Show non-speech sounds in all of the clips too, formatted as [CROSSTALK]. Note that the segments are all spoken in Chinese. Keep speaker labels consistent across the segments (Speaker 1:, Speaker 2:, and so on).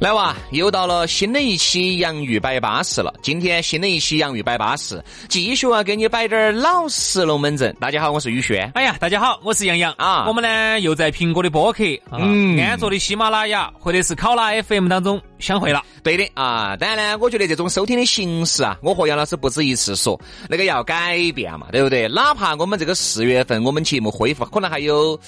Speaker 1: 来哇，又到了新的一期洋芋摆巴士了。今天新的一期洋芋摆巴士，继续啊，给你摆点儿老实龙门阵。大家好，我是宇轩。
Speaker 2: 哎呀，大家好，我是杨洋
Speaker 1: 啊
Speaker 2: 我们呢又在苹果的播客、啊
Speaker 1: 嗯
Speaker 2: 安卓的喜马拉雅或者是考拉 FM 当中相会了。
Speaker 1: 对的啊，当然呢，我觉得这种收听的形式啊，我和杨老师不止一次说，那个要改变嘛，对不对？哪怕我们这个四月份我们节目恢复，可能还有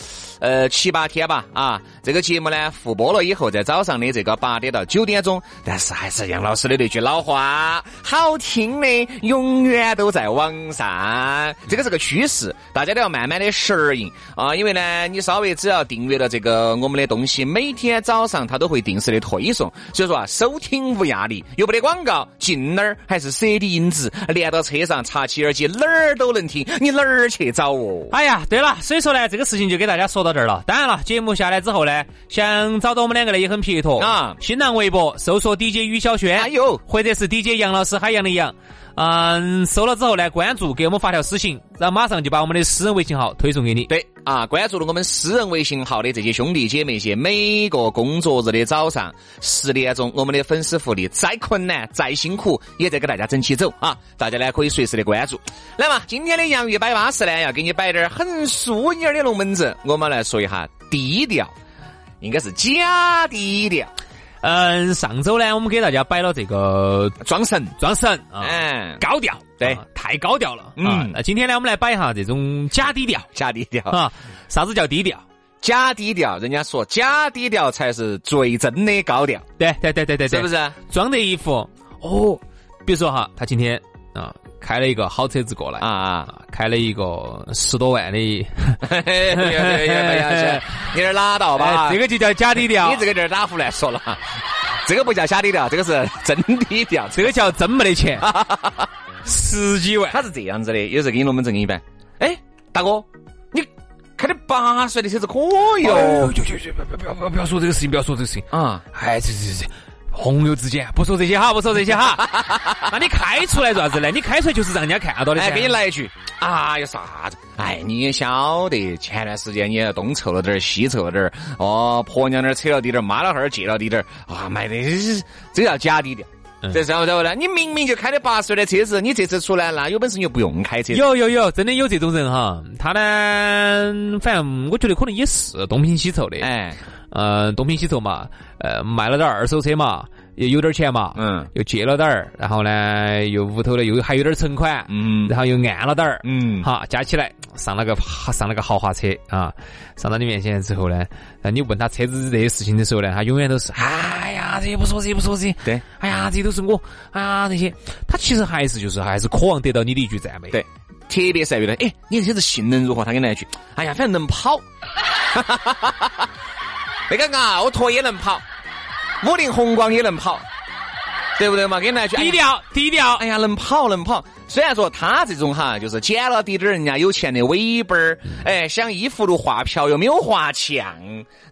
Speaker 1: 呃七八天吧啊，这个节目呢复播了以后，在早上的这个八点到九点钟，但是还是杨老师的那句老话，好听的永远都在网上，这个是个趋势，大家都要慢慢的适应啊，因为呢，你稍微只要订阅了这个我们的东西，每天早上它都会定时的推送，所以说啊，收听无压力，又不得广告，进哪儿还是 CD 音质，连到车上插起耳机，哪儿都能听，你哪儿去找哦？
Speaker 2: 哎呀，对了，所以说呢，这个事情就给大家说到这儿了。当然了，节目下来之后呢，想找到我们两个呢也很撇脱
Speaker 1: 啊
Speaker 2: 新浪微博搜索 DJ 于小轩，
Speaker 1: 哎呦
Speaker 2: 或者是 DJ 杨老师海洋的杨。嗯，搜了之后呢，关注给我们发条私信，然后马上就把我们的私人微信号推送给你。
Speaker 1: 对啊，关注了我们私人微信号的这些兄弟姐妹些，每个工作日的早上十点钟，我们的粉丝福利再困难再辛苦，也在给大家整起走啊！大家呢可以随时的关注。来嘛，今天的洋芋摆巴士呢，要给你摆点儿很淑女儿的龙门阵，我们来说一下低调，应该是假低调，
Speaker 2: 嗯，上周呢，我们给大家摆了这个
Speaker 1: 装神。
Speaker 2: 装神啊，
Speaker 1: 嗯，
Speaker 2: 高调，
Speaker 1: 对
Speaker 2: 啊太高调了。
Speaker 1: 嗯
Speaker 2: 啊那今天呢，我们来摆一下这种假低调
Speaker 1: [LAUGHS] 假低调，
Speaker 2: 啊。啥子叫低调？
Speaker 1: 假低调，人家说假低调才是最真的高调，
Speaker 2: 对对对对对对，
Speaker 1: 是不？是？
Speaker 2: 装得一副哦，比如说哈，他今天啊开了一个好车子过来
Speaker 1: 啊。啊
Speaker 2: 啊，开了一个十多万 [LAUGHS] 的，
Speaker 1: 嘿嘿对呀对呀对呀，是你这儿拉倒吧，
Speaker 2: 哎这个就叫假低调，
Speaker 1: 你这个有点打胡乱说了，这个不叫假低调，这个是真低调。
Speaker 2: 这个叫真没得 [LAUGHS] 钱，十几万。
Speaker 1: 他是这样子的，有时候给你龙门阵给你摆，哎，大哥，你开的八十的车子可以哦，
Speaker 2: 就就就不要不要不要不要说这个事情，不要说这个事情。
Speaker 1: 啊，
Speaker 2: 哎，这这这，朋友之间不说这些哈，不说这些哈。 [LAUGHS] 那你开出来做啥子呢？你开出来就是让人家看到的噻。
Speaker 1: 哎，给你来一句啊，有啥子？哎，你也晓得，前段时间你也东凑了点儿，西凑了点儿，哦，婆娘那儿扯了滴点儿，妈老汉儿借了滴点儿，啊，买的这叫假低调。
Speaker 2: 嗯
Speaker 1: 这然后然后呢？你明明就开的八十的车子，你这次出来那有本事你就不用开车子。
Speaker 2: 有有有，真的有这种人哈，他呢，反正我觉得可能也是东拼西凑的，
Speaker 1: 哎，
Speaker 2: 呃，东拼西凑嘛，呃，卖了点儿二手车嘛，也有点儿钱嘛，
Speaker 1: 嗯
Speaker 2: 又借了点儿，然后呢，又屋头呢又还有点儿存款，
Speaker 1: 嗯
Speaker 2: 然后又按了点儿，
Speaker 1: 嗯，
Speaker 2: 好，加起来上了个上了个豪华车啊，上到你面前之后呢，那你问他车子这些事情的时候呢，他永远都是哎呀，这也不说，这也不说，这也
Speaker 1: 对，
Speaker 2: 哎呀，这些都是我，哎呀，这些，他其实还是就是还是渴望得到你的一句赞美，
Speaker 1: 对特别是有的，哎，你这车子性能如何？他给你来一句，哎呀，反正能跑， [LAUGHS] 那个奥拓啊也能跑，五菱宏光也能跑，对不对嘛？给你来一句，哎呀
Speaker 2: 低调低调，
Speaker 1: 哎呀，能跑能跑。虽然说他这种哈，就是捡了滴点儿人家有钱的尾巴儿，
Speaker 2: 嗯
Speaker 1: 哎，想依葫芦画瓢又没有画像，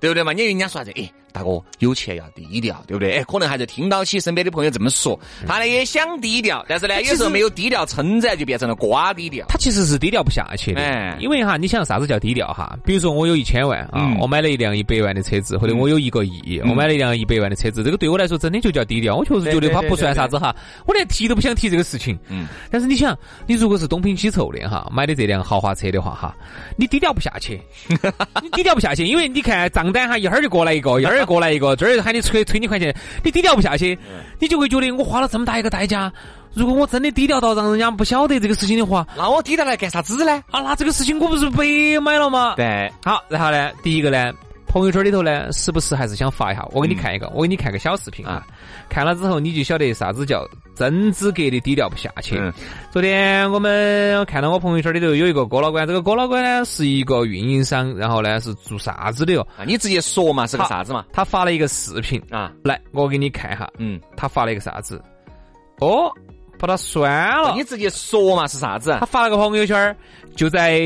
Speaker 1: 对不对嘛？你以为人家说啥子？哎，大哥，有钱要低调，对不对？哎，可能还是听到起身边的朋友这么说，
Speaker 2: 嗯
Speaker 1: 他呢也想低调，但是呢，
Speaker 2: 其实
Speaker 1: 有时候没有低调称赞，就变成了瓜低调。
Speaker 2: 他其实是低调不下去的，
Speaker 1: 哎
Speaker 2: 因为哈，你想啥子叫低调哈？比如说我有一千万啊，
Speaker 1: 嗯
Speaker 2: 我买了一辆一百万的车子，或者
Speaker 1: 嗯
Speaker 2: 我有一个亿，我买了一辆一百万的车子，这个对我来说真的就叫低调。我确实觉得
Speaker 1: 对对
Speaker 2: 它不算
Speaker 1: 对对
Speaker 2: 啥子哈，我连提都不想提这个事情。
Speaker 1: 嗯，
Speaker 2: 但是你想，你如果是东拼西凑的哈，买的这辆豪华车的话哈，你低调不下
Speaker 1: [LAUGHS]
Speaker 2: 去，你低调不下去，因为你看账单哈，一会儿就过来
Speaker 1: [LAUGHS]
Speaker 2: 一个，一会儿就过来一个，这儿喊你催催你块钱，你低调不下去，
Speaker 1: 嗯
Speaker 2: 你就会觉得我花了这么大一个代价，如果我真的低调到让人家不晓得这个事情的话，
Speaker 1: 那我低调来干啥子呢？
Speaker 2: 啊，那这个事情我不是白买了吗？。
Speaker 1: 对，
Speaker 2: 好，然后呢，第一个呢，朋友圈里头呢，
Speaker 1: 嗯啊
Speaker 2: 时不时还是想发一下。我给你看一个，我给你看个小视频啊。看了之后，你就晓得啥子叫真资格的低调不下去。
Speaker 1: 嗯
Speaker 2: 昨天我们看到我朋友圈里头有一个郭老倌，这个郭老倌呢是一个运营商，然后呢是做啥子的哦？
Speaker 1: 啊，你直接说嘛，是个啥子嘛？
Speaker 2: 他发了一个视频，
Speaker 1: 啊，
Speaker 2: 来，我给你看一下，
Speaker 1: 嗯，
Speaker 2: 他发了一个啥子？哦，把他删了
Speaker 1: 你。直接说嘛，是啥子啊
Speaker 2: 他？发了个朋友圈儿，就在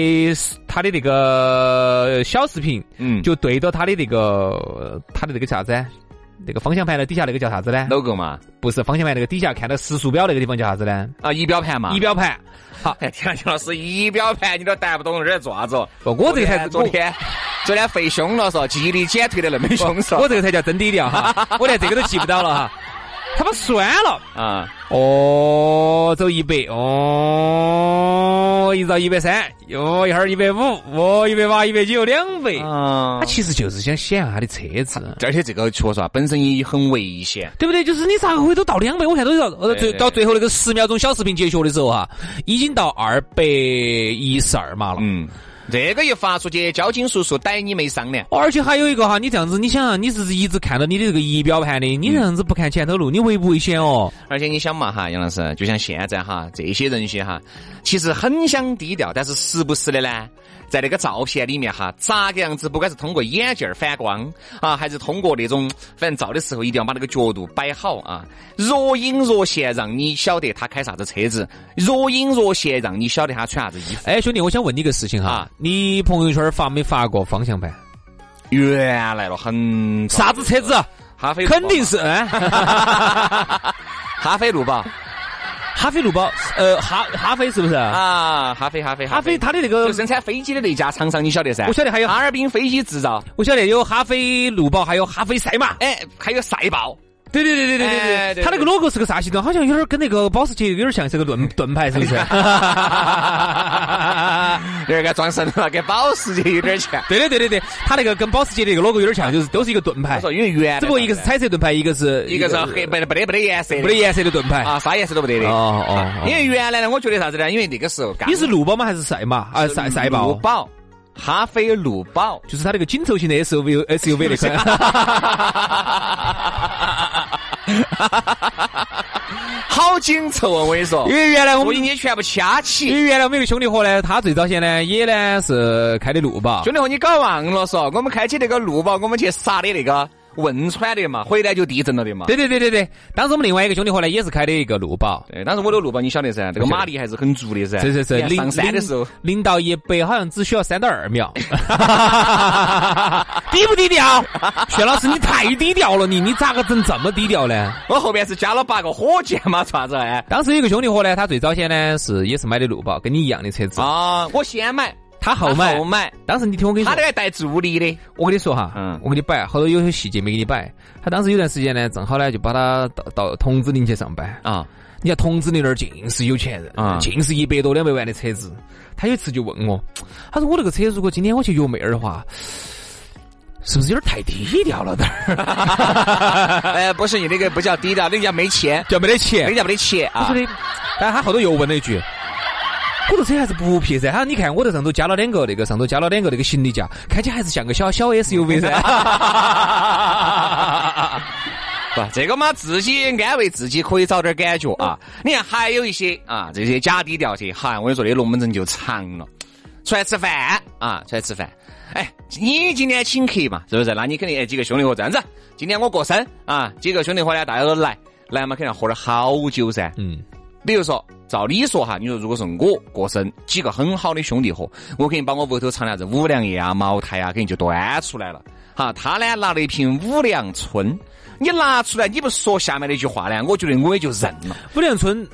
Speaker 2: 他的那个小视频，
Speaker 1: 嗯，
Speaker 2: 就对着他的那个他的那个啥子呢？那个方向盘的底下那个叫啥子呢？
Speaker 1: logo 嘛，
Speaker 2: 不是方向盘那个底下看到时速表那个地方叫啥子呢？
Speaker 1: 啊，仪表盘嘛，
Speaker 2: 仪。表盘。 [LAUGHS] 好，
Speaker 1: 哎，天啊，秦老师，仪表盘你都带不懂，这是做啥子哦？
Speaker 2: 不我这个才是
Speaker 1: 昨天，昨天费凶了说，记忆力减退的那么凶说
Speaker 2: 我这个才叫真低
Speaker 1: [LAUGHS]
Speaker 2: 调哈，我连这个都记不到了哈。他把删了，
Speaker 1: 啊，
Speaker 2: 哦，走一百，哦，一到一百三，哦，一会儿一百五，哦，一百八，一百九，两百。
Speaker 1: 嗯
Speaker 2: 他，其实就是想显下他的车子。
Speaker 1: 而且这个说实话，啊本身也很危险。
Speaker 2: 对不对？就是你咋个会都到两百？我看都到呃，
Speaker 1: 对
Speaker 2: 最
Speaker 1: 对
Speaker 2: 到最后那个十秒钟小视频结束的时候哈、已经到二百一十二码了。
Speaker 1: 嗯，这个一发出去，交警叔叔逮你没商量。
Speaker 2: 哦而且还有一个哈，你这样子，你想啊，你是一直看到你的这个仪表盘的，你这样子不看前头路，你危不危险哦？
Speaker 1: 而且你想嘛哈，杨老师，就像现在哈，这些人些哈，其实很想低调，但是时不时的呢，在那个照片里面哈，咋个样子，不管是通过眼镜儿反光啊，还是通过那种，反正照的时候一定要把那个角度摆好啊，若隐若现，让你晓得他开啥子车子；若隐若现，让你晓得他穿啥子衣服。
Speaker 2: 哎，兄弟，我想问你个事情哈，
Speaker 1: 啊
Speaker 2: 你朋友圈发没发过方向盘？
Speaker 1: 原来了，很
Speaker 2: 啥子车子？
Speaker 1: 哈啊飞路宝
Speaker 2: 肯定是哎
Speaker 1: [LAUGHS]
Speaker 2: [LAUGHS]
Speaker 1: 哈飞路宝
Speaker 2: 哈飞路宝，呃，哈哈飞是不是？
Speaker 1: 啊，哈飞哈飞
Speaker 2: 哈飞它的那个
Speaker 1: 就，生产飞机的那家厂商，你晓得噻？
Speaker 2: 嗯我晓得还有
Speaker 1: 哈尔滨飞机制造。
Speaker 2: 我晓得有哈飞路宝，还有哈飞赛马。
Speaker 1: 哎，还有赛
Speaker 2: [LAUGHS]
Speaker 1: 豹，
Speaker 2: 对对对对对对
Speaker 1: 哎对对
Speaker 2: 它那个 logo 是个啥形状？好像有点跟那个保时捷有点像，是个
Speaker 1: [LAUGHS]
Speaker 2: 盾盾牌，是不是？
Speaker 1: 有
Speaker 2: 对
Speaker 1: 点跟装神了，跟保时捷有点像。
Speaker 2: 对对对对，它那个跟保时捷的那个 logo 有点像，就是都是一个盾牌
Speaker 1: 我，说因为原，
Speaker 2: 只不过一个是，彩色盾牌，一个是
Speaker 1: 一个是黑，没得没得没得颜色，
Speaker 2: 没得颜色的盾牌。
Speaker 1: 啊，啥颜色都没得的。
Speaker 2: 哦哦
Speaker 1: 啊
Speaker 2: 哦
Speaker 1: 因为原来呢，我觉得啥子呢？因为那个时候刚
Speaker 2: 你是路宝吗？还是赛马？啊，赛赛
Speaker 1: 路
Speaker 2: 豹，
Speaker 1: 宝，哈飞路
Speaker 2: [LAUGHS]
Speaker 1: 宝。
Speaker 2: 就是它那个紧凑型的 SUV
Speaker 1: [LAUGHS]
Speaker 2: SUV 那款。
Speaker 1: 好紧凑啊！我跟你说
Speaker 2: 因，为原来我
Speaker 1: 我
Speaker 2: 们
Speaker 1: 已经全部掐
Speaker 2: 因
Speaker 1: 起。
Speaker 2: 为原来我们有个兄弟伙呢，他最早先呢也呢是开的路宝，
Speaker 1: 兄弟伙，你搞忘了说，我们开起那个路宝，我们去杀的那个汶川的嘛，回来就地震了的嘛。
Speaker 2: 对对对对对，当时我们另外一个兄弟伙呢也是开的一个路宝，
Speaker 1: 对，当时我的路宝你晓得噻，这个马力还是很足的噻。
Speaker 2: 是是是，
Speaker 1: 哎你看
Speaker 2: 零
Speaker 1: 上山的
Speaker 2: [LAUGHS]
Speaker 1: 时候，
Speaker 2: 零零到一百好像只需要三到二秒，低不低调？ [LAUGHS] 薛老师，你太低调了，你你咋个整这么低调呢？
Speaker 1: 我后面是加了八个火箭嘛，啥子啊呢？
Speaker 2: 当时有一个兄弟伙呢，他最早先呢是也是买的路宝，跟你一样的车子，
Speaker 1: 啊，我先买，
Speaker 2: 他后
Speaker 1: 他
Speaker 2: 买
Speaker 1: 后。买，
Speaker 2: 当时你听我跟你
Speaker 1: 他
Speaker 2: 说
Speaker 1: 那，个带助力的，
Speaker 2: 我跟你说哈，
Speaker 1: 嗯
Speaker 2: 我给你摆，好多有些细节没给你摆。他当时有段时间呢，正好呢就把他到到桐梓林去上班，
Speaker 1: 啊，
Speaker 2: 你看桐梓林那儿尽是有钱人
Speaker 1: 啊
Speaker 2: 尽是一百多两百万的车子。他有一次就问我，他说我这个车如果今天我去约妹儿的话，是不是有点太低调了点 [LAUGHS] 儿？
Speaker 1: [LAUGHS] 哎，不是你那个不叫低调，人家没
Speaker 2: [LAUGHS]
Speaker 1: 钱，
Speaker 2: 叫没得钱
Speaker 1: 人。家没得钱
Speaker 2: 我
Speaker 1: 啊
Speaker 2: 说，的， [LAUGHS] 但他后头又问了一句。我这车还是不撇噻，他说你看我这上头加了两个那个，上头加了两个那个行李架，看起来还是像个小小 SUV [LAUGHS] 噻。
Speaker 1: 不，这个嘛，自己安慰自己可以找点感觉啊。你看，还有一些啊，这些假低调些，哈，我跟你说，那龙门阵就长了。出来吃饭啊，出来吃饭。哎，你今天请客嘛，是不是？那你肯定哎几个兄弟伙这样子，今天我过生啊，几个兄弟伙呢，大家都来，来嘛，肯定要喝点好酒噻。
Speaker 2: 嗯，
Speaker 1: 比如说，照理说哈，你说如果是我过生，几个很好的兄弟伙，我肯定把我屋头藏的啥子五粮液啊、茅台啊，肯定就端出来了。哈，他呢拿了一瓶五粮春，你拿出来，你不说下面那句话呢，我觉得我也就认了。
Speaker 2: [LAUGHS] 五粮春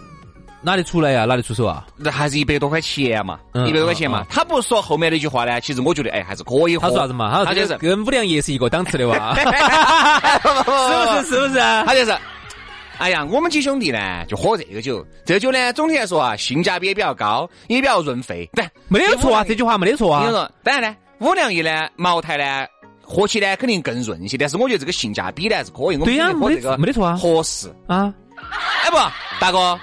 Speaker 2: 哪里出来呀、哪里出手啊？
Speaker 1: 那还是一百多块钱嘛，
Speaker 2: 嗯
Speaker 1: 一百多块钱嘛。他不说后面那句话呢，其实我觉得哎还是可以喝。
Speaker 2: 他说啥子嘛？他说
Speaker 1: 他就
Speaker 2: 这
Speaker 1: 是
Speaker 2: 个跟五粮 [LAUGHS] 液是一个档次的哇，
Speaker 1: 不 [LAUGHS]
Speaker 2: 是不是？是不是？啊
Speaker 1: 他就是， [LAUGHS] 哎呀，我们几兄弟呢就喝这个酒，这个酒呢总体来说啊，性价比也比较高，也比较润肺。但
Speaker 2: [LAUGHS] 没得错啊，这句话没得错
Speaker 1: 你
Speaker 2: 啊。
Speaker 1: 说，当然呢，五粮液呢，茅台呢。喝起呢肯定更润一些，但是我觉得这个性价比呢还是可以。我们
Speaker 2: 对呀
Speaker 1: 肯定喝
Speaker 2: 没
Speaker 1: 这个
Speaker 2: 没得错啊
Speaker 1: 合适。
Speaker 2: 啊，
Speaker 1: 哎不，大哥，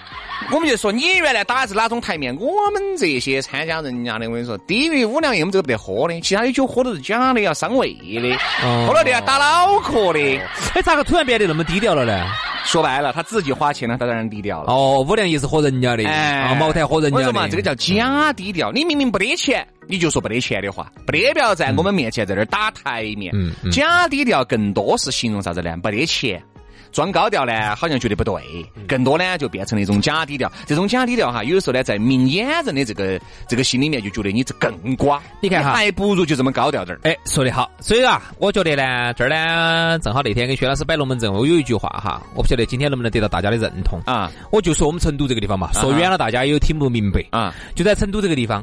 Speaker 1: 我们就说你原来打的是哪种台面？我们这些参加人家的，我跟你说，低于五粮液我们这个不得喝的，其他的酒喝都是假的，要伤胃的，
Speaker 2: 哦
Speaker 1: 喝了的要打脑壳的。
Speaker 2: 哎，咋个突然变得那么低调了呢？
Speaker 1: 说白了，他自己花钱了，他当然低调了。
Speaker 2: 哦，五粮液是喝人家的，啊，茅台喝人
Speaker 1: 哎我跟你
Speaker 2: 家
Speaker 1: 说嘛，
Speaker 2: 的，
Speaker 1: 这个叫假低调。你明明没得钱，你就说没得钱的话，没得必要在我们面前在这儿打台面
Speaker 2: 嗯。嗯
Speaker 1: 假低调更多是形容啥子呢？没得钱。装高调呢，好像觉得不对，
Speaker 2: 嗯
Speaker 1: 更多呢就变成了一种假低调。这种假低调哈，有的时候呢，在明眼人的这个这个心里面就觉得你这更瓜。
Speaker 2: 你看哈
Speaker 1: 还不如就这么高调点儿。
Speaker 2: 哎，说得好，所以啊，我觉得呢，这儿呢，正好那天跟薛老师摆龙门阵，我有一句话哈，我不晓得今天能不能得到大家的认同
Speaker 1: 啊
Speaker 2: 我就说我们成都这个地方嘛，说远了大家也听不明白
Speaker 1: 啊，
Speaker 2: 就在成都这个地方，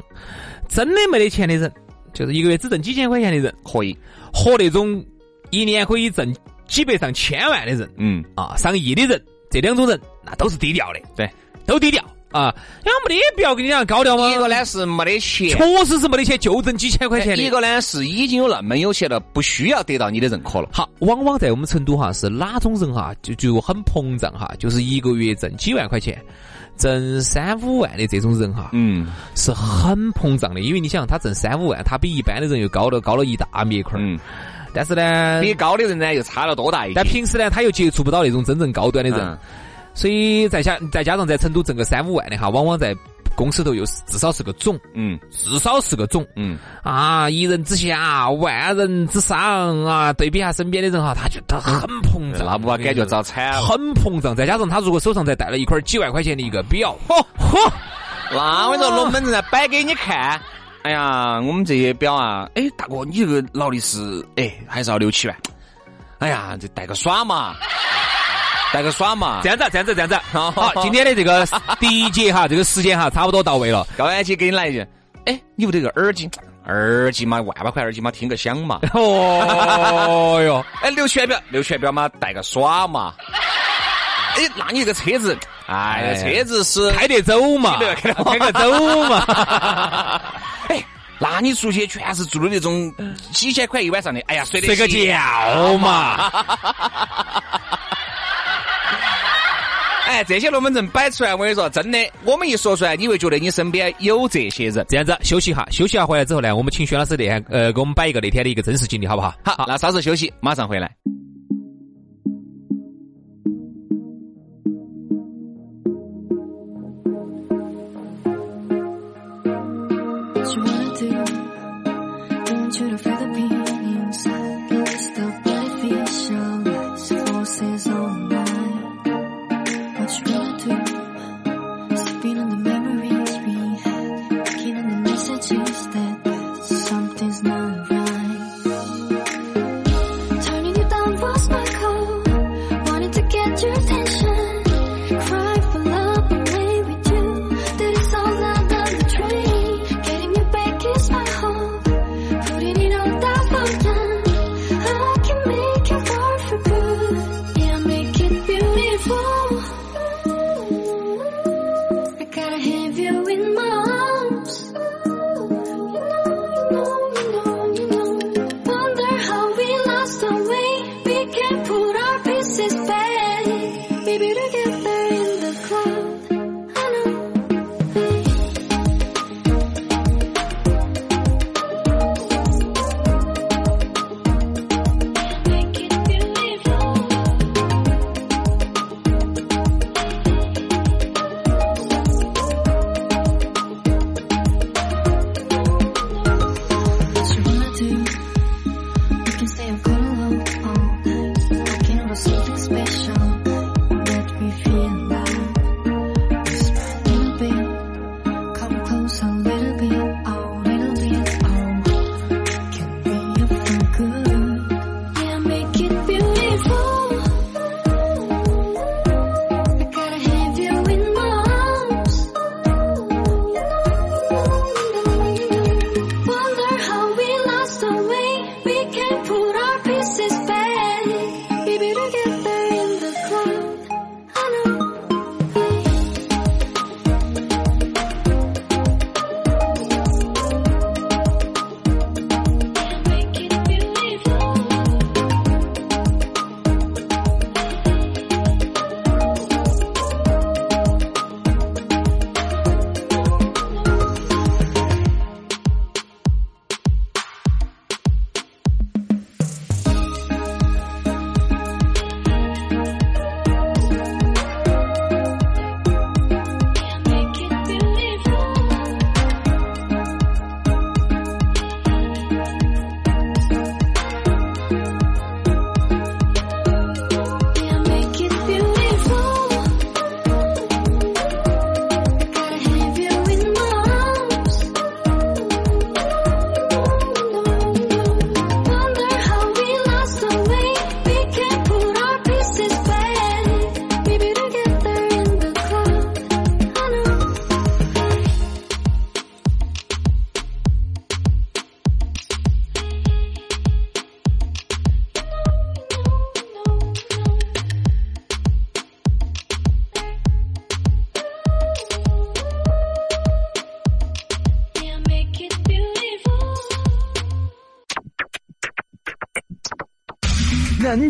Speaker 2: 真的没得钱的人，就是一个月只挣几千块钱的人，
Speaker 1: 可以，
Speaker 2: 和那种一年可以挣几百上千万的人
Speaker 1: 嗯，
Speaker 2: 啊，上亿的人，这两种人那都是低调的，
Speaker 1: 对，
Speaker 2: 都低调啊，要没得必要跟你讲高调吗？
Speaker 1: 一个呢是没得钱，
Speaker 2: 确实是没得钱，就挣几千块钱的。
Speaker 1: 哎一个呢是已经有那么有钱了，不需要得到你的认可了。
Speaker 2: 好，往往在我们成都哈是哪种人哈就就很膨胀哈，就是一个月挣几万块钱，挣三五万的这种人哈、
Speaker 1: 嗯
Speaker 2: 是很膨胀的，因为你想他挣三五万，他比一般的人又高了高了一大米块儿、
Speaker 1: 嗯，
Speaker 2: 但是呢，
Speaker 1: 比高的人呢又差了多大一
Speaker 2: 嗯但
Speaker 1: 点？
Speaker 2: 平时呢他又接触不到那种真正高端的人，
Speaker 1: 嗯
Speaker 2: 所以再加再加上在成都挣个三五万的哈，往往在公司头又是至少是个种，
Speaker 1: 嗯
Speaker 2: 至少是个种。
Speaker 1: 嗯，
Speaker 2: 啊，一人之下，万人之上啊！对比下身边的人哈，他就他很
Speaker 1: 嗯
Speaker 2: 膨胀，
Speaker 1: 那不把感觉遭惨了。
Speaker 2: 很膨胀。再加上他如果手上再带了一块几万块钱的一个表，嚯嚯，
Speaker 1: 那我跟你说，龙门阵呢摆给你看。哎呀，我们这些表啊，哎，大哥，你这个劳力士，哎，还是要六七万。哎呀，这带个耍
Speaker 2: [LAUGHS]
Speaker 1: 嘛，带个耍嘛哦
Speaker 2: 这。样子，这样子，这样子。好，今天的这个第一节哈，这个时间哈，差不多到位了。
Speaker 1: 高安姐给你来一句，哎，你不这个耳机，耳机嘛，万把块耳机嘛，听个响嘛。
Speaker 2: 哦哟，
Speaker 1: 哎，六全表，六全表嘛，带个耍
Speaker 2: [LAUGHS]
Speaker 1: 嘛。哎，那你这个车子，哎，
Speaker 2: 哎呀
Speaker 1: 车子是
Speaker 2: 开得走嘛，
Speaker 1: [LAUGHS]
Speaker 2: [LAUGHS]
Speaker 1: 开得
Speaker 2: 开得走
Speaker 1: [LAUGHS]
Speaker 2: 嘛。
Speaker 1: 哎，那你出去全是住的那种几千块一晚上的，哎呀，睡得
Speaker 2: 睡个
Speaker 1: 起。
Speaker 2: 觉嘛，
Speaker 1: [LAUGHS] 哎，这些龙门阵摆出来，我跟你说，真的，我们一说出来，你会觉得你身边有这些人。
Speaker 2: [LAUGHS] 这样子休息一下，休息一下回来之后呢，我们请薛老师那天呃给我们摆一个那天的一个真实经历，好不好？
Speaker 1: 好，那稍事休息，马上回来。
Speaker 3: what you wanna do. Don't you to feel the pain inside? It's the artificial lights, forces all night. What you wanna do? Spin on the memories we had, killing the messages that something's not right. Turning you down was my call. Wanted to get your attention. Crying for love, but lay with you. That is all under the tree. Getting you back is my hope. Putting it all down for oh.
Speaker 4: 南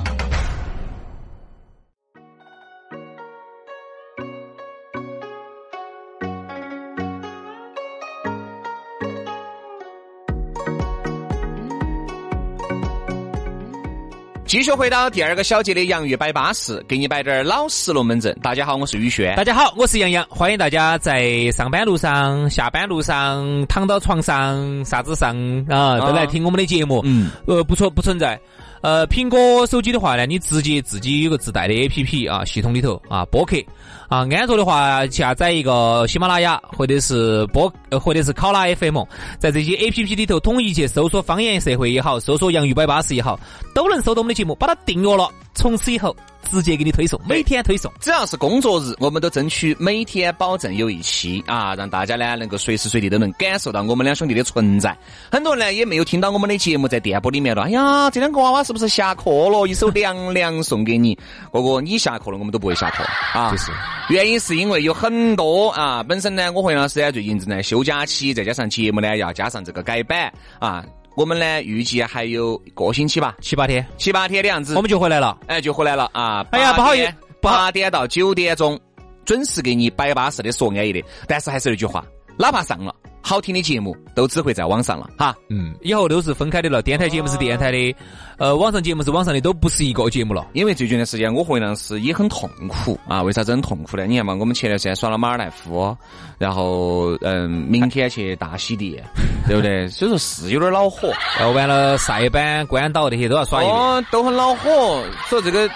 Speaker 1: 继续回到第二个小节的洋芋摆巴适，给你摆点儿老实龙门阵。大家好，我是宇轩
Speaker 2: 大。家好，我是杨洋，欢迎大家在上班路上、下班路上、躺到床上、啥子上啊，都来听我们的节目。
Speaker 1: 嗯，
Speaker 2: 呃，不错，不存在。呃，苹果手机的话呢，你直接自己有个自带的 APP 啊，系统里头啊，播客啊。安卓的话，下载一个喜马拉雅或者是播，呃或者是考拉 FM，在这些 APP 里头统一去搜索“方言社会”也好，搜索“洋芋摆巴士”也好，都能搜到我们的节目，把它订阅了，从此以后直接给你推送，每天推送。
Speaker 1: 只要是工作日，我们都争取每天保证有一期啊，让大家呢能够随时随地都能感受到我们两兄弟的存在。很多人呢也没有听到我们的节目在电波里面了。哎呀，这两个娃娃是不是下课了？一首凉凉送给你，哥哥，你下课了，我们都不会下课啊。
Speaker 2: 就是
Speaker 1: 原因是因为有很多啊，本身呢，我和杨老师呢最近正在休假期，再加上节目呢要加上这个改版啊，我们呢预计还有个星期吧，
Speaker 2: 七八天，
Speaker 1: 七八天的样子
Speaker 2: 我。们就回来了。
Speaker 1: 哎，就回来了啊！
Speaker 2: 哎呀
Speaker 1: 8
Speaker 2: 不好意思
Speaker 1: 点
Speaker 2: 不好
Speaker 1: 八点到九点钟准时给你摆巴适的说安逸的。但是还是那句话，哪怕上了好听的节目，都只会在网上了哈。
Speaker 2: 嗯，以后都是分开的了，电台节目是电台的，呃，网上节目是网上的，都不是一个节目了。
Speaker 1: 因为最近的时间，我和杨老师也很痛苦啊。为啥子很痛苦呢？你看嘛，我们前段时间耍了马尔代夫，然后嗯，明天去大溪 [LAUGHS] 地，对不对？所以说是有点恼火，
Speaker 2: 呃，完了塞班、关岛那些都要耍一遍。
Speaker 1: 哦，都很恼火。所以这个。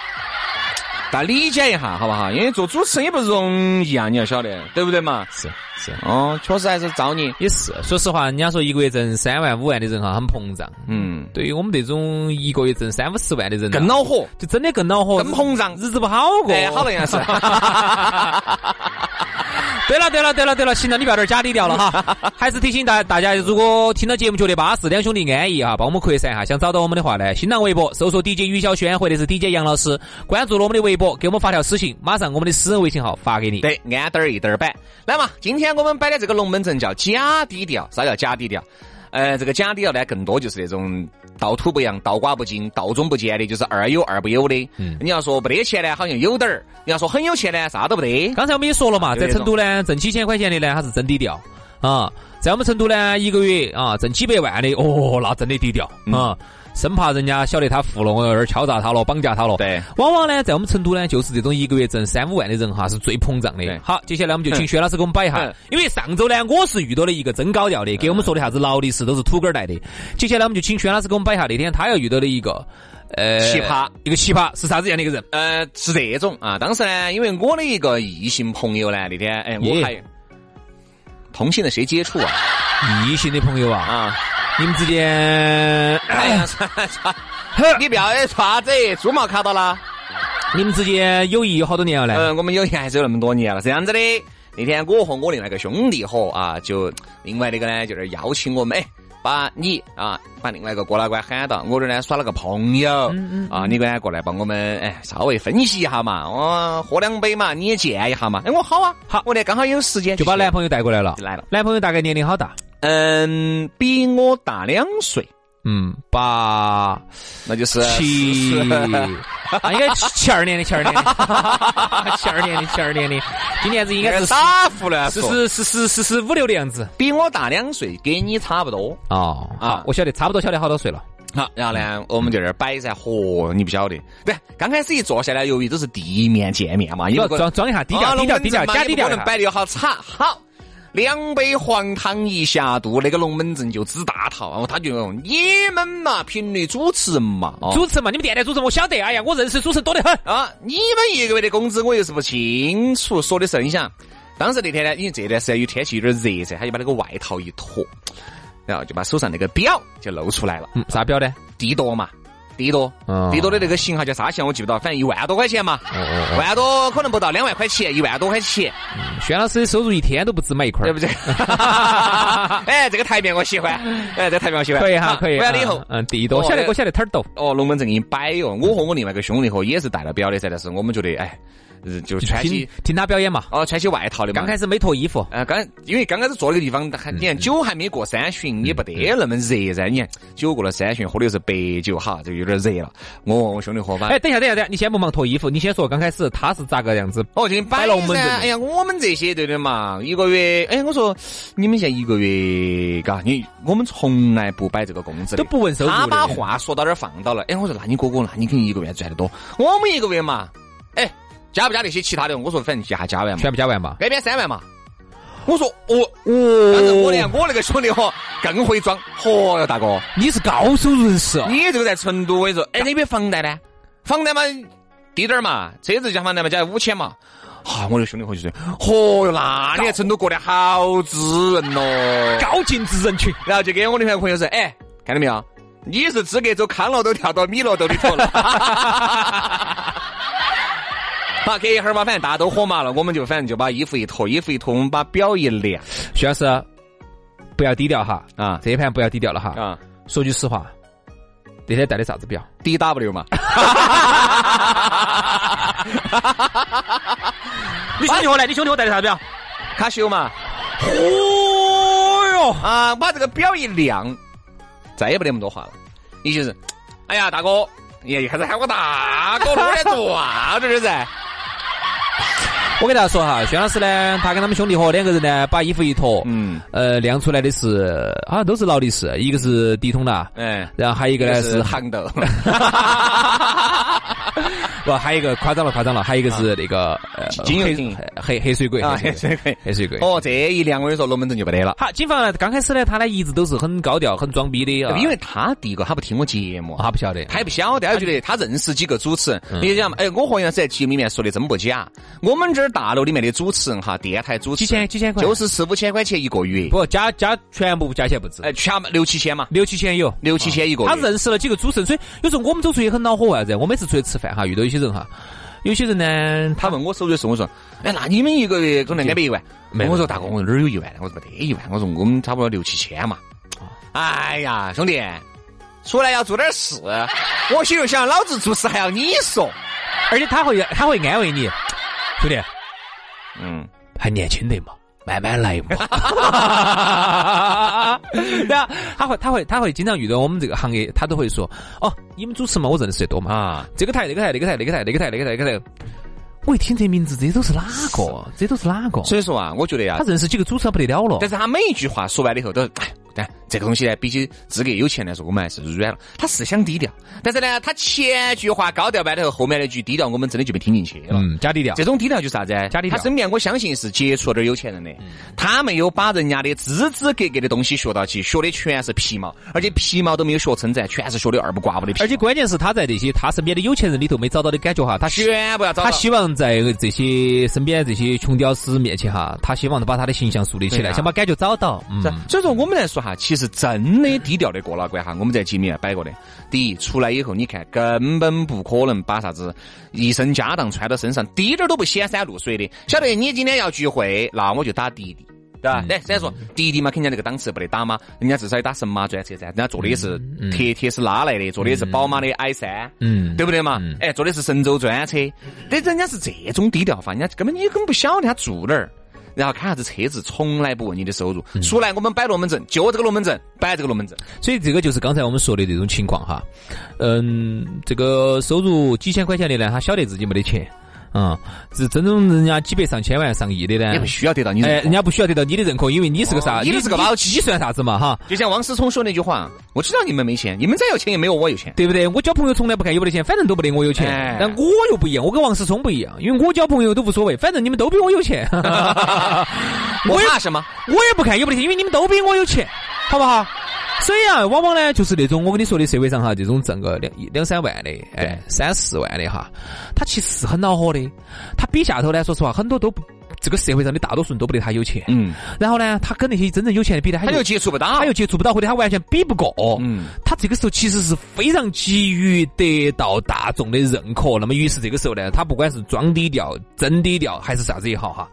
Speaker 1: 大家理解一下，好不好？因为做主持人也不容易啊，你要晓得，对不对嘛？
Speaker 2: 是是，
Speaker 1: 哦，确实还是造孽。
Speaker 2: 也是。说实话，人家说一个月挣三万五万的人哈，很膨胀。
Speaker 1: 嗯，
Speaker 2: 对于我们这种一个月挣三五十万的人啊、
Speaker 1: 更恼火，
Speaker 2: 就真的更恼火，
Speaker 1: 更膨胀。
Speaker 2: 日子不好过。
Speaker 1: 哎，好了， [LAUGHS] 杨是。
Speaker 2: 对了，对了，对了，对了，行了，你不要点假低调了哈。还是提醒大大家，如果听到节目觉得巴适，两兄弟安逸啊，帮我们扩散一下。想找到我们的话呢，新浪微博搜索 DJ 于小轩或者是 DJ 杨老师，关注了我们的微博，给我们发条私信，马上我们的私人微信号发给你。
Speaker 1: 对，安得儿一得儿摆。来嘛，今天我们摆的这个龙门阵叫假低调，啥叫假低调？呃，这个假低调呢，更多就是那种道土不扬、道瓜不净、道中不见的，就是二有二不有的。嗯，你要说没得钱呢，好像有点儿；你要说很有钱呢，啥都不 [LAUGHS] 得。
Speaker 2: 刚才我们也说了
Speaker 1: 有
Speaker 2: 嘛，
Speaker 1: 一
Speaker 2: 在成都呢挣几千块钱的呢，他是真低调啊；在我们成都呢，一个月啊挣几百万的，哦，那真的低调
Speaker 1: 嗯
Speaker 2: 啊，生怕人家晓得他富了，我有点敲诈他了，绑架他了。
Speaker 1: 对，
Speaker 2: 往往呢，在我们成都呢，就是这种一个月挣三五万的人哈，是最膨胀
Speaker 1: 对
Speaker 2: 的。好，接下来我们就请薛老师给我们摆一下
Speaker 1: 嗯，
Speaker 2: 因为上周呢，我是遇到了一个真高调的，给我们说的啥子劳力士都是土根儿来的。接下来我们就请薛老师给我们摆一下，那天他又遇到了一个呃
Speaker 1: 奇葩，
Speaker 2: 一个奇葩是啥子样的一个人？
Speaker 1: 呃，是这种啊。当时呢，因为我的一个异性朋友呢，那天哎，我
Speaker 2: 耶
Speaker 1: 还同性的谁接触啊？
Speaker 2: 异性的朋友啊，
Speaker 1: 啊。
Speaker 2: 你们之间
Speaker 1: 哎呀，算了算了你不要哎啥子，猪毛卡到了。
Speaker 2: [LAUGHS] 你们之间友谊有好多年了呢？
Speaker 1: 嗯，我们友谊还是有那么多年了，是这样子的。那天我和我另外一个兄弟伙啊，就另外那个呢，就是邀请我们，哎，把你啊，把另外一个郭老倌喊到，我这儿呢耍了个朋友，
Speaker 2: 嗯
Speaker 1: 啊，你呢过来帮我们哎稍微分析一下嘛，我喝两杯嘛，你也见一下嘛。哎，我好啊，好，我呢刚好有时间
Speaker 2: 就把男朋友带过来了
Speaker 1: 就。来了，
Speaker 2: 男朋友大概年龄好大？
Speaker 1: 嗯，比我大两岁，
Speaker 2: 嗯，八
Speaker 1: 那就是 [LAUGHS]
Speaker 2: 七，啊，应该七七二年的，七二年的，七二年的， [LAUGHS] 七二年的，今年子应
Speaker 1: 应
Speaker 2: 该
Speaker 1: 该
Speaker 2: 是
Speaker 1: 是
Speaker 2: 十
Speaker 1: 傻胡乱
Speaker 2: 十
Speaker 1: 说。
Speaker 2: 十十十十十五六的样子。
Speaker 1: 比我大两岁，跟你差不多。
Speaker 2: 哦，
Speaker 1: 啊
Speaker 2: 啊，我晓得，差不多晓得好多岁了。
Speaker 1: 好，然后呢，
Speaker 2: 嗯
Speaker 1: 我们就在那儿摆噻，嚯，你不晓得，对，刚开始一坐下来，由于都是第一面见面嘛，
Speaker 2: 你
Speaker 1: 也
Speaker 2: 要
Speaker 1: 不可能
Speaker 2: 装装一下，低
Speaker 1: 啊
Speaker 2: 调，低
Speaker 1: 龙
Speaker 2: 调，
Speaker 1: 门
Speaker 2: 低调，
Speaker 1: 阵嘛
Speaker 2: 假低调
Speaker 1: 也不可
Speaker 2: 一下
Speaker 1: 能。摆的好差。好，两杯黄汤一下肚，那个龙门阵就支大套。然后他就用你们嘛，频率主持人嘛，哦
Speaker 2: 主持嘛，你们电台主持，我晓得。哎呀，我认识主持人多
Speaker 1: [LAUGHS]
Speaker 2: 得很。
Speaker 1: 啊，你们一个月的工资我又是不清楚，说的是你想，当时那天呢，因为这段时间有天气有点热噻，他就把那个外套一脱，然后就把手上那个表就露出来了。
Speaker 2: 嗯，啥表呢？
Speaker 1: 帝舵嘛，帝多
Speaker 2: 哦，
Speaker 1: 帝多的那个型号叫啥型我记不到，反正一万多块钱嘛，万多可能不到两万块钱，一万多块钱，
Speaker 2: 轩老师的收入一天都不止买一块
Speaker 1: 对
Speaker 2: 儿
Speaker 1: 不。对？哎，这个台面我喜欢，哎，这个台面我喜欢，
Speaker 2: 可以哈，可以。
Speaker 1: 完了以后
Speaker 2: 嗯，嗯，第一多，
Speaker 1: 哦
Speaker 2: 晓得
Speaker 1: 那
Speaker 2: 我晓得摊儿抖。
Speaker 1: 哦，龙门阵给你摆哟、我和我另外一个兄弟伙也是戴了表的噻，但是我们觉得，哎，呃就穿
Speaker 2: 听
Speaker 1: 起
Speaker 2: 听他表演嘛，
Speaker 1: 哦穿起外套的嘛。
Speaker 2: 刚开始没脱衣服，
Speaker 1: 呃，刚因为刚开始坐那个地方，还你看酒还没过三巡，也不得那么热噻。你看酒过了三巡，喝的又是白酒哈，就有点热了。我和我兄弟伙嘛，
Speaker 2: 哎，等一下，等一下，等一下，你先不忙脱衣服，你先说刚开始他是咋个样子？
Speaker 1: 哦，就给你摆
Speaker 2: 摆龙门阵
Speaker 1: 噻。哎呀，我们这些对的嘛，一个月，哎，我说你们现在一个月，嘎，你我们从来不摆这个工资的，
Speaker 2: 都不问收入的
Speaker 1: 他把话说到这儿放到了，哎，我说那你哥哥，那你肯定一个月赚得多。我们一个月嘛，哎，加不加那些其他的？我说反正加加完嘛，
Speaker 2: 全部加完嘛？
Speaker 1: 那边三万嘛。我说我我，但是我连我那个兄弟伙更会装。嚯哟，大哥，
Speaker 2: 你是高收入人士哦，
Speaker 1: 你这个在成都，我跟你 [LAUGHS] 说，哎，那边房贷呢？房贷嘛低点儿嘛，车子加房贷嘛加五千嘛。哈、我那个兄弟伙就是，嚯哟，那你在成都过得好滋润咯。
Speaker 2: 高净值人群。
Speaker 1: 然后就给我的朋友说，哎，看到没有？你是资格走康乐都跳到米乐都里头了。 [LAUGHS] 好，隔一会儿嘛，反正大家都火麻了，我们就反正就把衣服一脱，衣服一脱，我们把表一晾
Speaker 2: 徐老师，不要低调哈，
Speaker 1: 啊
Speaker 2: 这一盘不要低调了哈。
Speaker 1: 啊
Speaker 2: 说句实话，那天戴的啥子表？
Speaker 1: ，D W [LAUGHS] 嘛。
Speaker 2: 你兄弟伙来，你兄弟伙戴的啥表？
Speaker 1: 卡西欧嘛，
Speaker 2: 哎哦哟，
Speaker 1: 啊，把这个表一亮，再也不得那么多话了。也就是，哎呀，大哥，也一开始喊我大哥，我来断啊这是噻。
Speaker 2: 我给大家说哈，轩老师呢，他跟他们兄弟伙两个人呢，把衣服一脱，
Speaker 1: 嗯，
Speaker 2: 呃，晾出来的是好像都是劳力士，一个是迪通达，
Speaker 1: 哎，
Speaker 2: 然后还有一个呢是
Speaker 1: 杭豆， [LAUGHS]
Speaker 2: 不，还有一个夸张了，夸张了，还有一个是那个
Speaker 1: 啊
Speaker 2: 呃
Speaker 1: 金牛
Speaker 2: 黑
Speaker 1: 金
Speaker 2: 黑黑水鬼，
Speaker 1: 啊
Speaker 2: 黑水
Speaker 1: 黑水鬼
Speaker 2: 鬼，黑水鬼。
Speaker 1: 哦，这一亮我跟你说，龙门阵就没得了，
Speaker 2: 好，警方呢，刚开始呢，他呢一直都是很高调、很装逼的啊，
Speaker 1: 哎因为他第一个他不听我节目，
Speaker 2: 他不晓得，
Speaker 1: 他也不晓得，他觉得他认识几个主持人。
Speaker 2: 嗯
Speaker 1: 你想嘛，哎，我和杨师在节目里面说的真不假，我们这儿大楼里面的主持人哈，电台主持
Speaker 2: 几千几千块，
Speaker 1: 就是四五千块钱一个月，
Speaker 2: 不加加全部加起来不止，
Speaker 1: 哎，全部六七千嘛，
Speaker 2: 六七千有。
Speaker 1: 六七千一个月。
Speaker 2: 他认识了几个主持人，所以有时候我们走出去很恼火为啥子？我每次出去吃饭哈，遇到有些人哈，有些人呢，
Speaker 1: 他问我收入的时候，我说：“哎，那你们一个月可能安排一万？”
Speaker 2: 没有
Speaker 1: 我说：“大哥，我哪儿有一万呢？我说没得一万。我说我们差不多六七千嘛。”哎呀，兄弟，出来要做点事。我心里想，老子做事还要你说。
Speaker 2: 而且他会他会安慰你，兄弟
Speaker 1: 嗯，
Speaker 2: 还年轻的嘛，慢慢来 [LAUGHS] 嘛。然后他会他会他会经常遇到我们这个行业，他都会说哦，你们主持嘛，我认识得多嘛啊，这个台那个台那个台那个台那个台那个台那个台。我一听这名字，这都是哪个？这都是哪
Speaker 1: [LAUGHS]
Speaker 2: 个？
Speaker 1: 所以说啊，我觉得呀
Speaker 2: 他，认识几个主持人不得了了
Speaker 1: 但。是他每一句话说完了以后都，哎，但这个东西呢，比起资格有钱来说，我们还是软了。他是想低调，但是呢，他前句话高调完了以后，后面那句低调，我们真的就没听进去了。
Speaker 2: 嗯，加低调
Speaker 1: 这。种低调就是啥子？
Speaker 2: 家里
Speaker 1: 他
Speaker 2: 调嗯
Speaker 1: 身边我相信是接触了点有钱人的，他没有把人家的支支格格的东西学到起，学的全是皮毛，而且皮毛都没有学称赞，全是学的二不刮不的皮毛。
Speaker 2: 而且关键是他在那些他身边的有钱人里头没找到的感觉哈，他希
Speaker 1: 全部要找
Speaker 2: 他
Speaker 1: 到
Speaker 2: 希望在这些身边这些穷屌丝面前哈，他希望把他的形象树立起
Speaker 1: 对
Speaker 2: 来，
Speaker 1: 啊
Speaker 2: 想把感觉找到。嗯
Speaker 1: 是，所以说我们来说哈，其实真的低调的过了关哈，我们在节目里面摆过的。第一，出来以后，你看根本不可能把啥子一身家当穿到身上，滴点儿都不显山露水的。晓得你今天要聚会，那我就打滴滴。对
Speaker 2: 嗯
Speaker 1: 吧？来，虽然说滴滴嘛，肯定这个档次不得打嘛，人家至少也打神马专车噻，人家坐的也是特特斯拉来的，坐的也是宝马的 i 三，
Speaker 2: 嗯
Speaker 1: 对不对嘛？哎，坐的是神州专车，但人家是这种低调法，人家根本你根本不晓得他住哪儿，然后开啥子车子，从来不问你的收入。
Speaker 2: 嗯
Speaker 1: 出来我们摆龙门阵，就这个龙门阵，摆这个龙门阵。
Speaker 2: 所以这个就是刚才我们说的这种情况哈，嗯，这个收入几千块钱的呢，他晓得自己没得钱，啊、是真正人家几百上千万上亿的呢
Speaker 1: 也不，需要得到你
Speaker 2: 哎，
Speaker 1: 认可
Speaker 2: 人家不需要得到你的认可，因为你是个啥，
Speaker 1: 哦你就是个
Speaker 2: 你
Speaker 1: 老
Speaker 2: 你你算啥子嘛哈，
Speaker 1: 就像汪思聪说那句话，我知道你们没钱，你们再有钱也没有我有钱。
Speaker 2: 对不对？我交朋友从来不看有没得钱，反正都不得我有钱
Speaker 1: 哎。
Speaker 2: 但我又不一样，我跟王思聪不一样，因为我交朋友都无所谓，反正你们都比我有钱，
Speaker 1: [LAUGHS]
Speaker 2: [LAUGHS]
Speaker 1: 我
Speaker 2: 我也
Speaker 1: 怕什么？
Speaker 2: 我也不看有没得钱，因为你们都比我有钱，好不好？所以啊，往往呢，就是那种我跟你说的社会上哈，这种挣个两两三万的，哎，三四万的哈，他其实是很恼火的。他比下头呢，说实话，很多都不这个社会上的大多数人都不得他有钱。
Speaker 1: 嗯，
Speaker 2: 然后呢，他跟那些真正有钱的比呢，他
Speaker 1: 他
Speaker 2: 就
Speaker 1: 又接触不到，
Speaker 2: 他又接触不到，或者他完全比不过。
Speaker 1: 嗯，
Speaker 2: 他这个时候其实是非常急于得到大众的认可。那么，于是这个时候呢，他不管是装低调、真低调，还是啥子也好哈，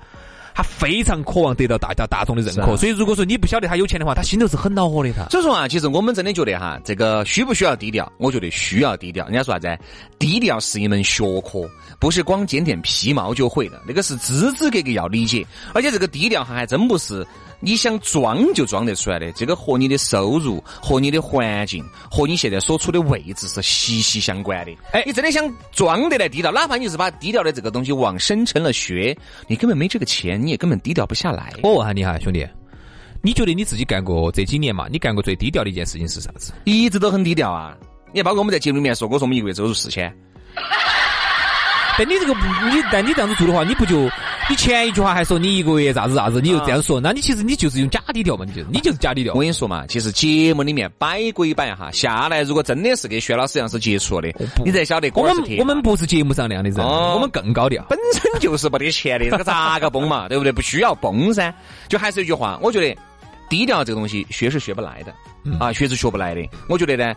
Speaker 2: 他非常渴望得到大家大众的认
Speaker 1: 是
Speaker 2: 可。
Speaker 1: 啊
Speaker 2: 所以，如果说你不晓得他有钱的话，他心头是很恼火的。他
Speaker 1: 所以说啊，其实我们真的觉得哈，这个需不需要低调？我觉得需要低调。人家说啥子？低调是一门学科，不是光捡点皮毛就会的，那个是支支格格要理解。而且这个低调哈，还真不是你想装就装得出来的，这个和你的收入、和你的环境、和你现在所处的位置是息息相关的。哎，你真的想装得来低调，哪怕你是把低调的这个东西往深层了学，你根本没这个钱，你也根本低调不下来。
Speaker 2: 我问下你哈，兄弟，你觉得你自己干过这几年嘛？你干过最低调的一件事情是啥子？
Speaker 1: 一直都很低调啊。你看包括我们在节目里面说，我说我们一个月收入四千，
Speaker 2: 但你这个不你，但你这样子做的话，你不就你前一句话还说你一个月啥子啥子，你就这样说，那你其实你就是用假低调嘛，你就你就是假低调
Speaker 1: 我。跟你说嘛，其实节目里面摆归摆哈，下来如果真的是跟薛老师杨师接触的
Speaker 2: 不，
Speaker 1: 你才晓得
Speaker 2: 我
Speaker 1: 锅儿是
Speaker 2: 们
Speaker 1: 铁
Speaker 2: 我们不是节目上那样的人，
Speaker 1: 哦
Speaker 2: 我们更高调。
Speaker 1: 本身就是没得钱的，这个咋个崩
Speaker 2: [LAUGHS]
Speaker 1: 嘛，对不对？不需要崩噻。就还是一句话，我觉得低调这个东西学是学不来的，
Speaker 2: 嗯
Speaker 1: 啊，学是学不来的。我觉得呢，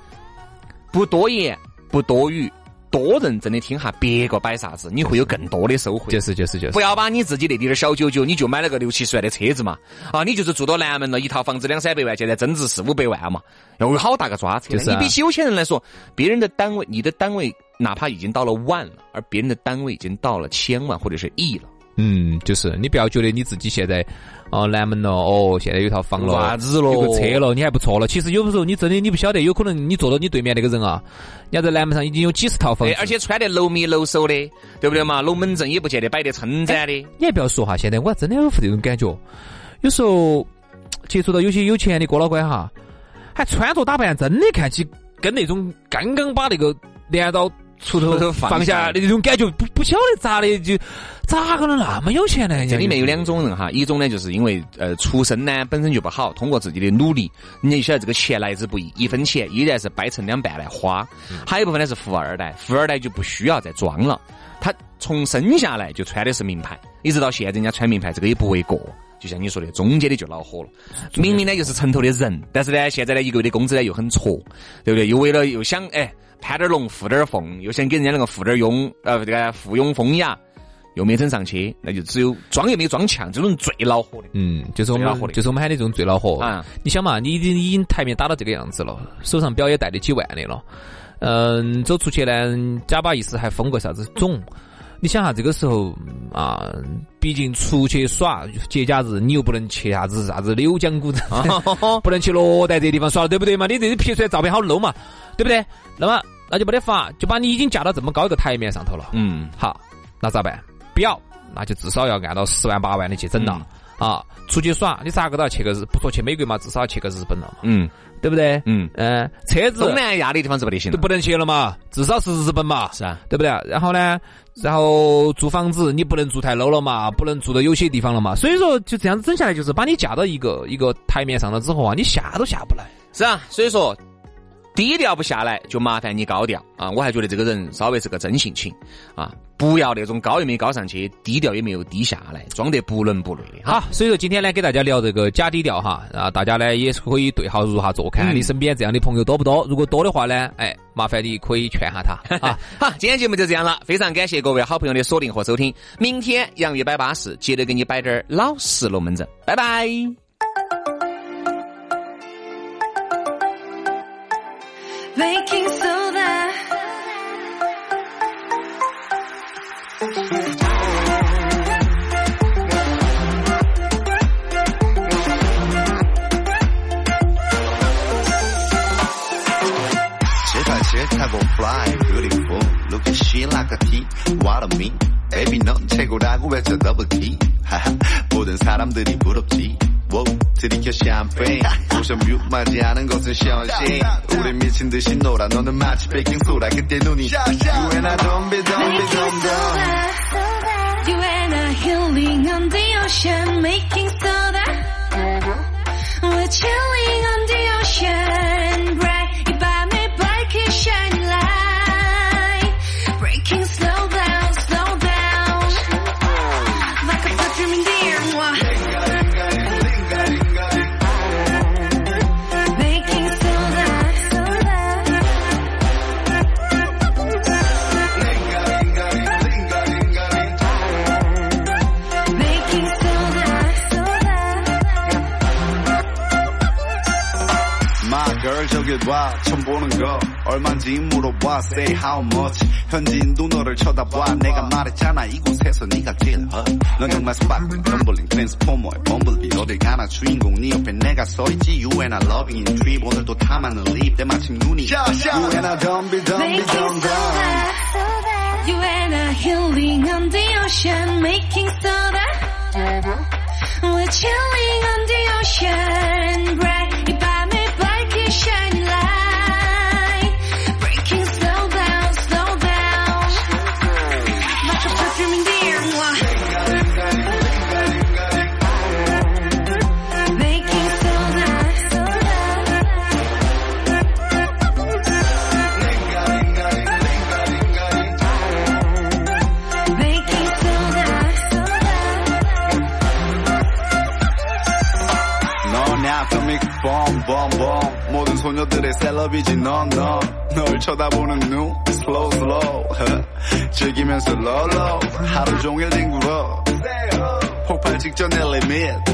Speaker 1: 不多言不多语，多人真的听下别个摆啥子，你会有更多的收获。
Speaker 2: 就是就是就是
Speaker 1: 不，要把你自己那点儿小九九，你就买了个六七十万的车子嘛，啊，你就是住到南门了，一套房子两三百万，现在增值四五百万嘛，要有好大个抓扯呢。
Speaker 2: 就是啊
Speaker 1: 你比起有钱人来说，别人的单位，你的单位哪怕已经到了万了，而别人的单位已经到了千万或者是亿了，
Speaker 2: 嗯，就是你不要觉得你自己现在哦南门了，哦现在有套房了，
Speaker 1: 啥子咯
Speaker 2: 有个车了，你还不错了。其实有的时候你真的你不晓得，有可能你坐到你对面那个人啊，人家在南门上已经有几十套房
Speaker 1: 对
Speaker 2: 子，，
Speaker 1: 哎而且穿得楼迷楼手的，对不对嘛？龙门阵也不见得摆得称
Speaker 2: 哎
Speaker 1: 展的，
Speaker 2: 你还不要说哈，现在我还真的有这种感觉，有时候接触到有些有钱的哥老倌哈，还穿着打扮真的看起跟那种刚刚把那个镰刀锄
Speaker 1: 锄
Speaker 2: 头
Speaker 1: 头
Speaker 2: 放
Speaker 1: [LAUGHS] 放
Speaker 2: 下
Speaker 1: 下
Speaker 2: 的那种感觉，不不晓得咋的就咋个能那么有钱呢？人家
Speaker 1: 这里面有两种人哈，一种呢就是因为呃出身呢本身就不好，通过自己的努力，你也晓得这个钱来之不易，一分钱依然是掰成两半来花。还有一部分呢是富二代，富二代就不需要再装了，他从生下来就穿的是名牌，一直到现在人家穿名牌这个也不为过。就像你说的，中间的就恼火了。明明呢又是城头的人，但是呢现在呢一个月的工资呢又很挫，对不对？又为了又想哎攀点儿龙附点儿凤，又想给人家那个附点儿庸，呃这个附庸风雅。又没整上去，那就只有装也没装强，这种人最恼火的。
Speaker 2: 嗯，就是我
Speaker 1: 最恼火
Speaker 2: 们
Speaker 1: 的
Speaker 2: 就是我们喊的这种最恼火。
Speaker 1: 啊
Speaker 2: 你想嘛，你已经已经台面打到这个样子了，手上表也带得几万的了，嗯，走出去呢，假把意思还封个啥子种。你想哈，这个时候嗯啊，毕竟出去耍节假日，你又不能去啥子啥子柳江古镇， [LAUGHS]
Speaker 1: 嗯
Speaker 2: 不能去罗带这地方耍了，对不对嘛？你这些拍出来照片好 low 嘛，对不对？那么那就没得法，就把你已经架到这么高一个台面上头了。
Speaker 1: 嗯，
Speaker 2: 好，那咋办？不要，那就至少要按到十万八万的去整了、
Speaker 1: 嗯
Speaker 2: 啊！出去耍，你咋个都要去个日，不说去美国嘛，至少要去个日本了嘛，
Speaker 1: 嗯
Speaker 2: 对不对？
Speaker 1: 嗯，
Speaker 2: 嗯、车子
Speaker 1: 东南亚的地方是不得行
Speaker 2: 都
Speaker 1: 的，
Speaker 2: 不能去了嘛，至少是日本嘛，
Speaker 1: 是啊，
Speaker 2: 对不对？然后呢，然后住房子你不能住太 low 了嘛，不能住到有些地方了嘛，所以说就这样子整下来，就是把你架到一个一个台面上了之后啊，你下都下不来。
Speaker 1: 是啊。所以说，低调不下来，就麻烦你高调啊。我还觉得这个人稍微是个真性情啊，不要那种高也没高上去，低调也没有低下来，装得不伦不类的
Speaker 2: [LAUGHS]
Speaker 1: 哈。
Speaker 2: 好，所以说今天呢，给大家聊这个假低调哈，啊，大家呢也是可以对号入下座，看你身边这样的朋友多不多。如果多的话呢，哎，麻烦你可以劝下他啊。
Speaker 1: 好，今天节目就这样了，非常感谢各位好朋友的锁定和收听。明天杨宇摆巴士，接着给你摆点儿老实龙门阵，拜拜。
Speaker 3: Baking soda.
Speaker 5: She got shit, I go fly, beautiful. Look at she like a tea. What a me. Baby, 넌 최고라고 외쳐 double T. 하하, 모든 사람들이 부럽지. 워, 들이켜 샴페인. 오션 뮤 맞이하는 것은 시원시. 우리 미친 듯이 놀아, 너는 마치 베이킹 소라. 그때 눈이. You and I don't be, don't be,
Speaker 3: Making
Speaker 5: don't be.
Speaker 3: soda. You and I healing on the ocean. Making soda. We're chilling on the ocean. Bright, if I'm a breaking shining light. Breaking slow down, slow down. Like a perfume in the
Speaker 5: girl 저길 봐 처음 보는 거 얼만지 물어봐 say how much 현지인도 너를 쳐다봐 내가 말했잖아 이곳에서 네가 제일 넌 정말 스파클 덤블링 트랜스포머의 범블비 어딜 가나 주인공 네 옆에 내가 서있지 you and I loving in dream 오늘도 탐하는 립 때마침 눈이 you and I don't be don't be
Speaker 6: Making
Speaker 5: don't don't
Speaker 6: soda, you and I healing on the ocean. Making soda, we're chilling on the ocean. Bright, 이 밤의 밝게 shining light. Breaking slow down, slow down. Like a perfume in the air. mwah. Making soda, soda. Making soda, soda.
Speaker 5: 넌 야토믹 bomb 모든 소녀들의 셀럽이지 넌넌널 쳐다보는 눈 slow slow [LAUGHS] 즐기면서 롤러 하루 종일 뒹굴어 폭발 직전의 limit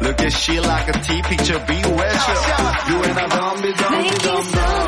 Speaker 5: Look at she like a T picture be with you You and I don't be don't be
Speaker 6: Making
Speaker 5: don't be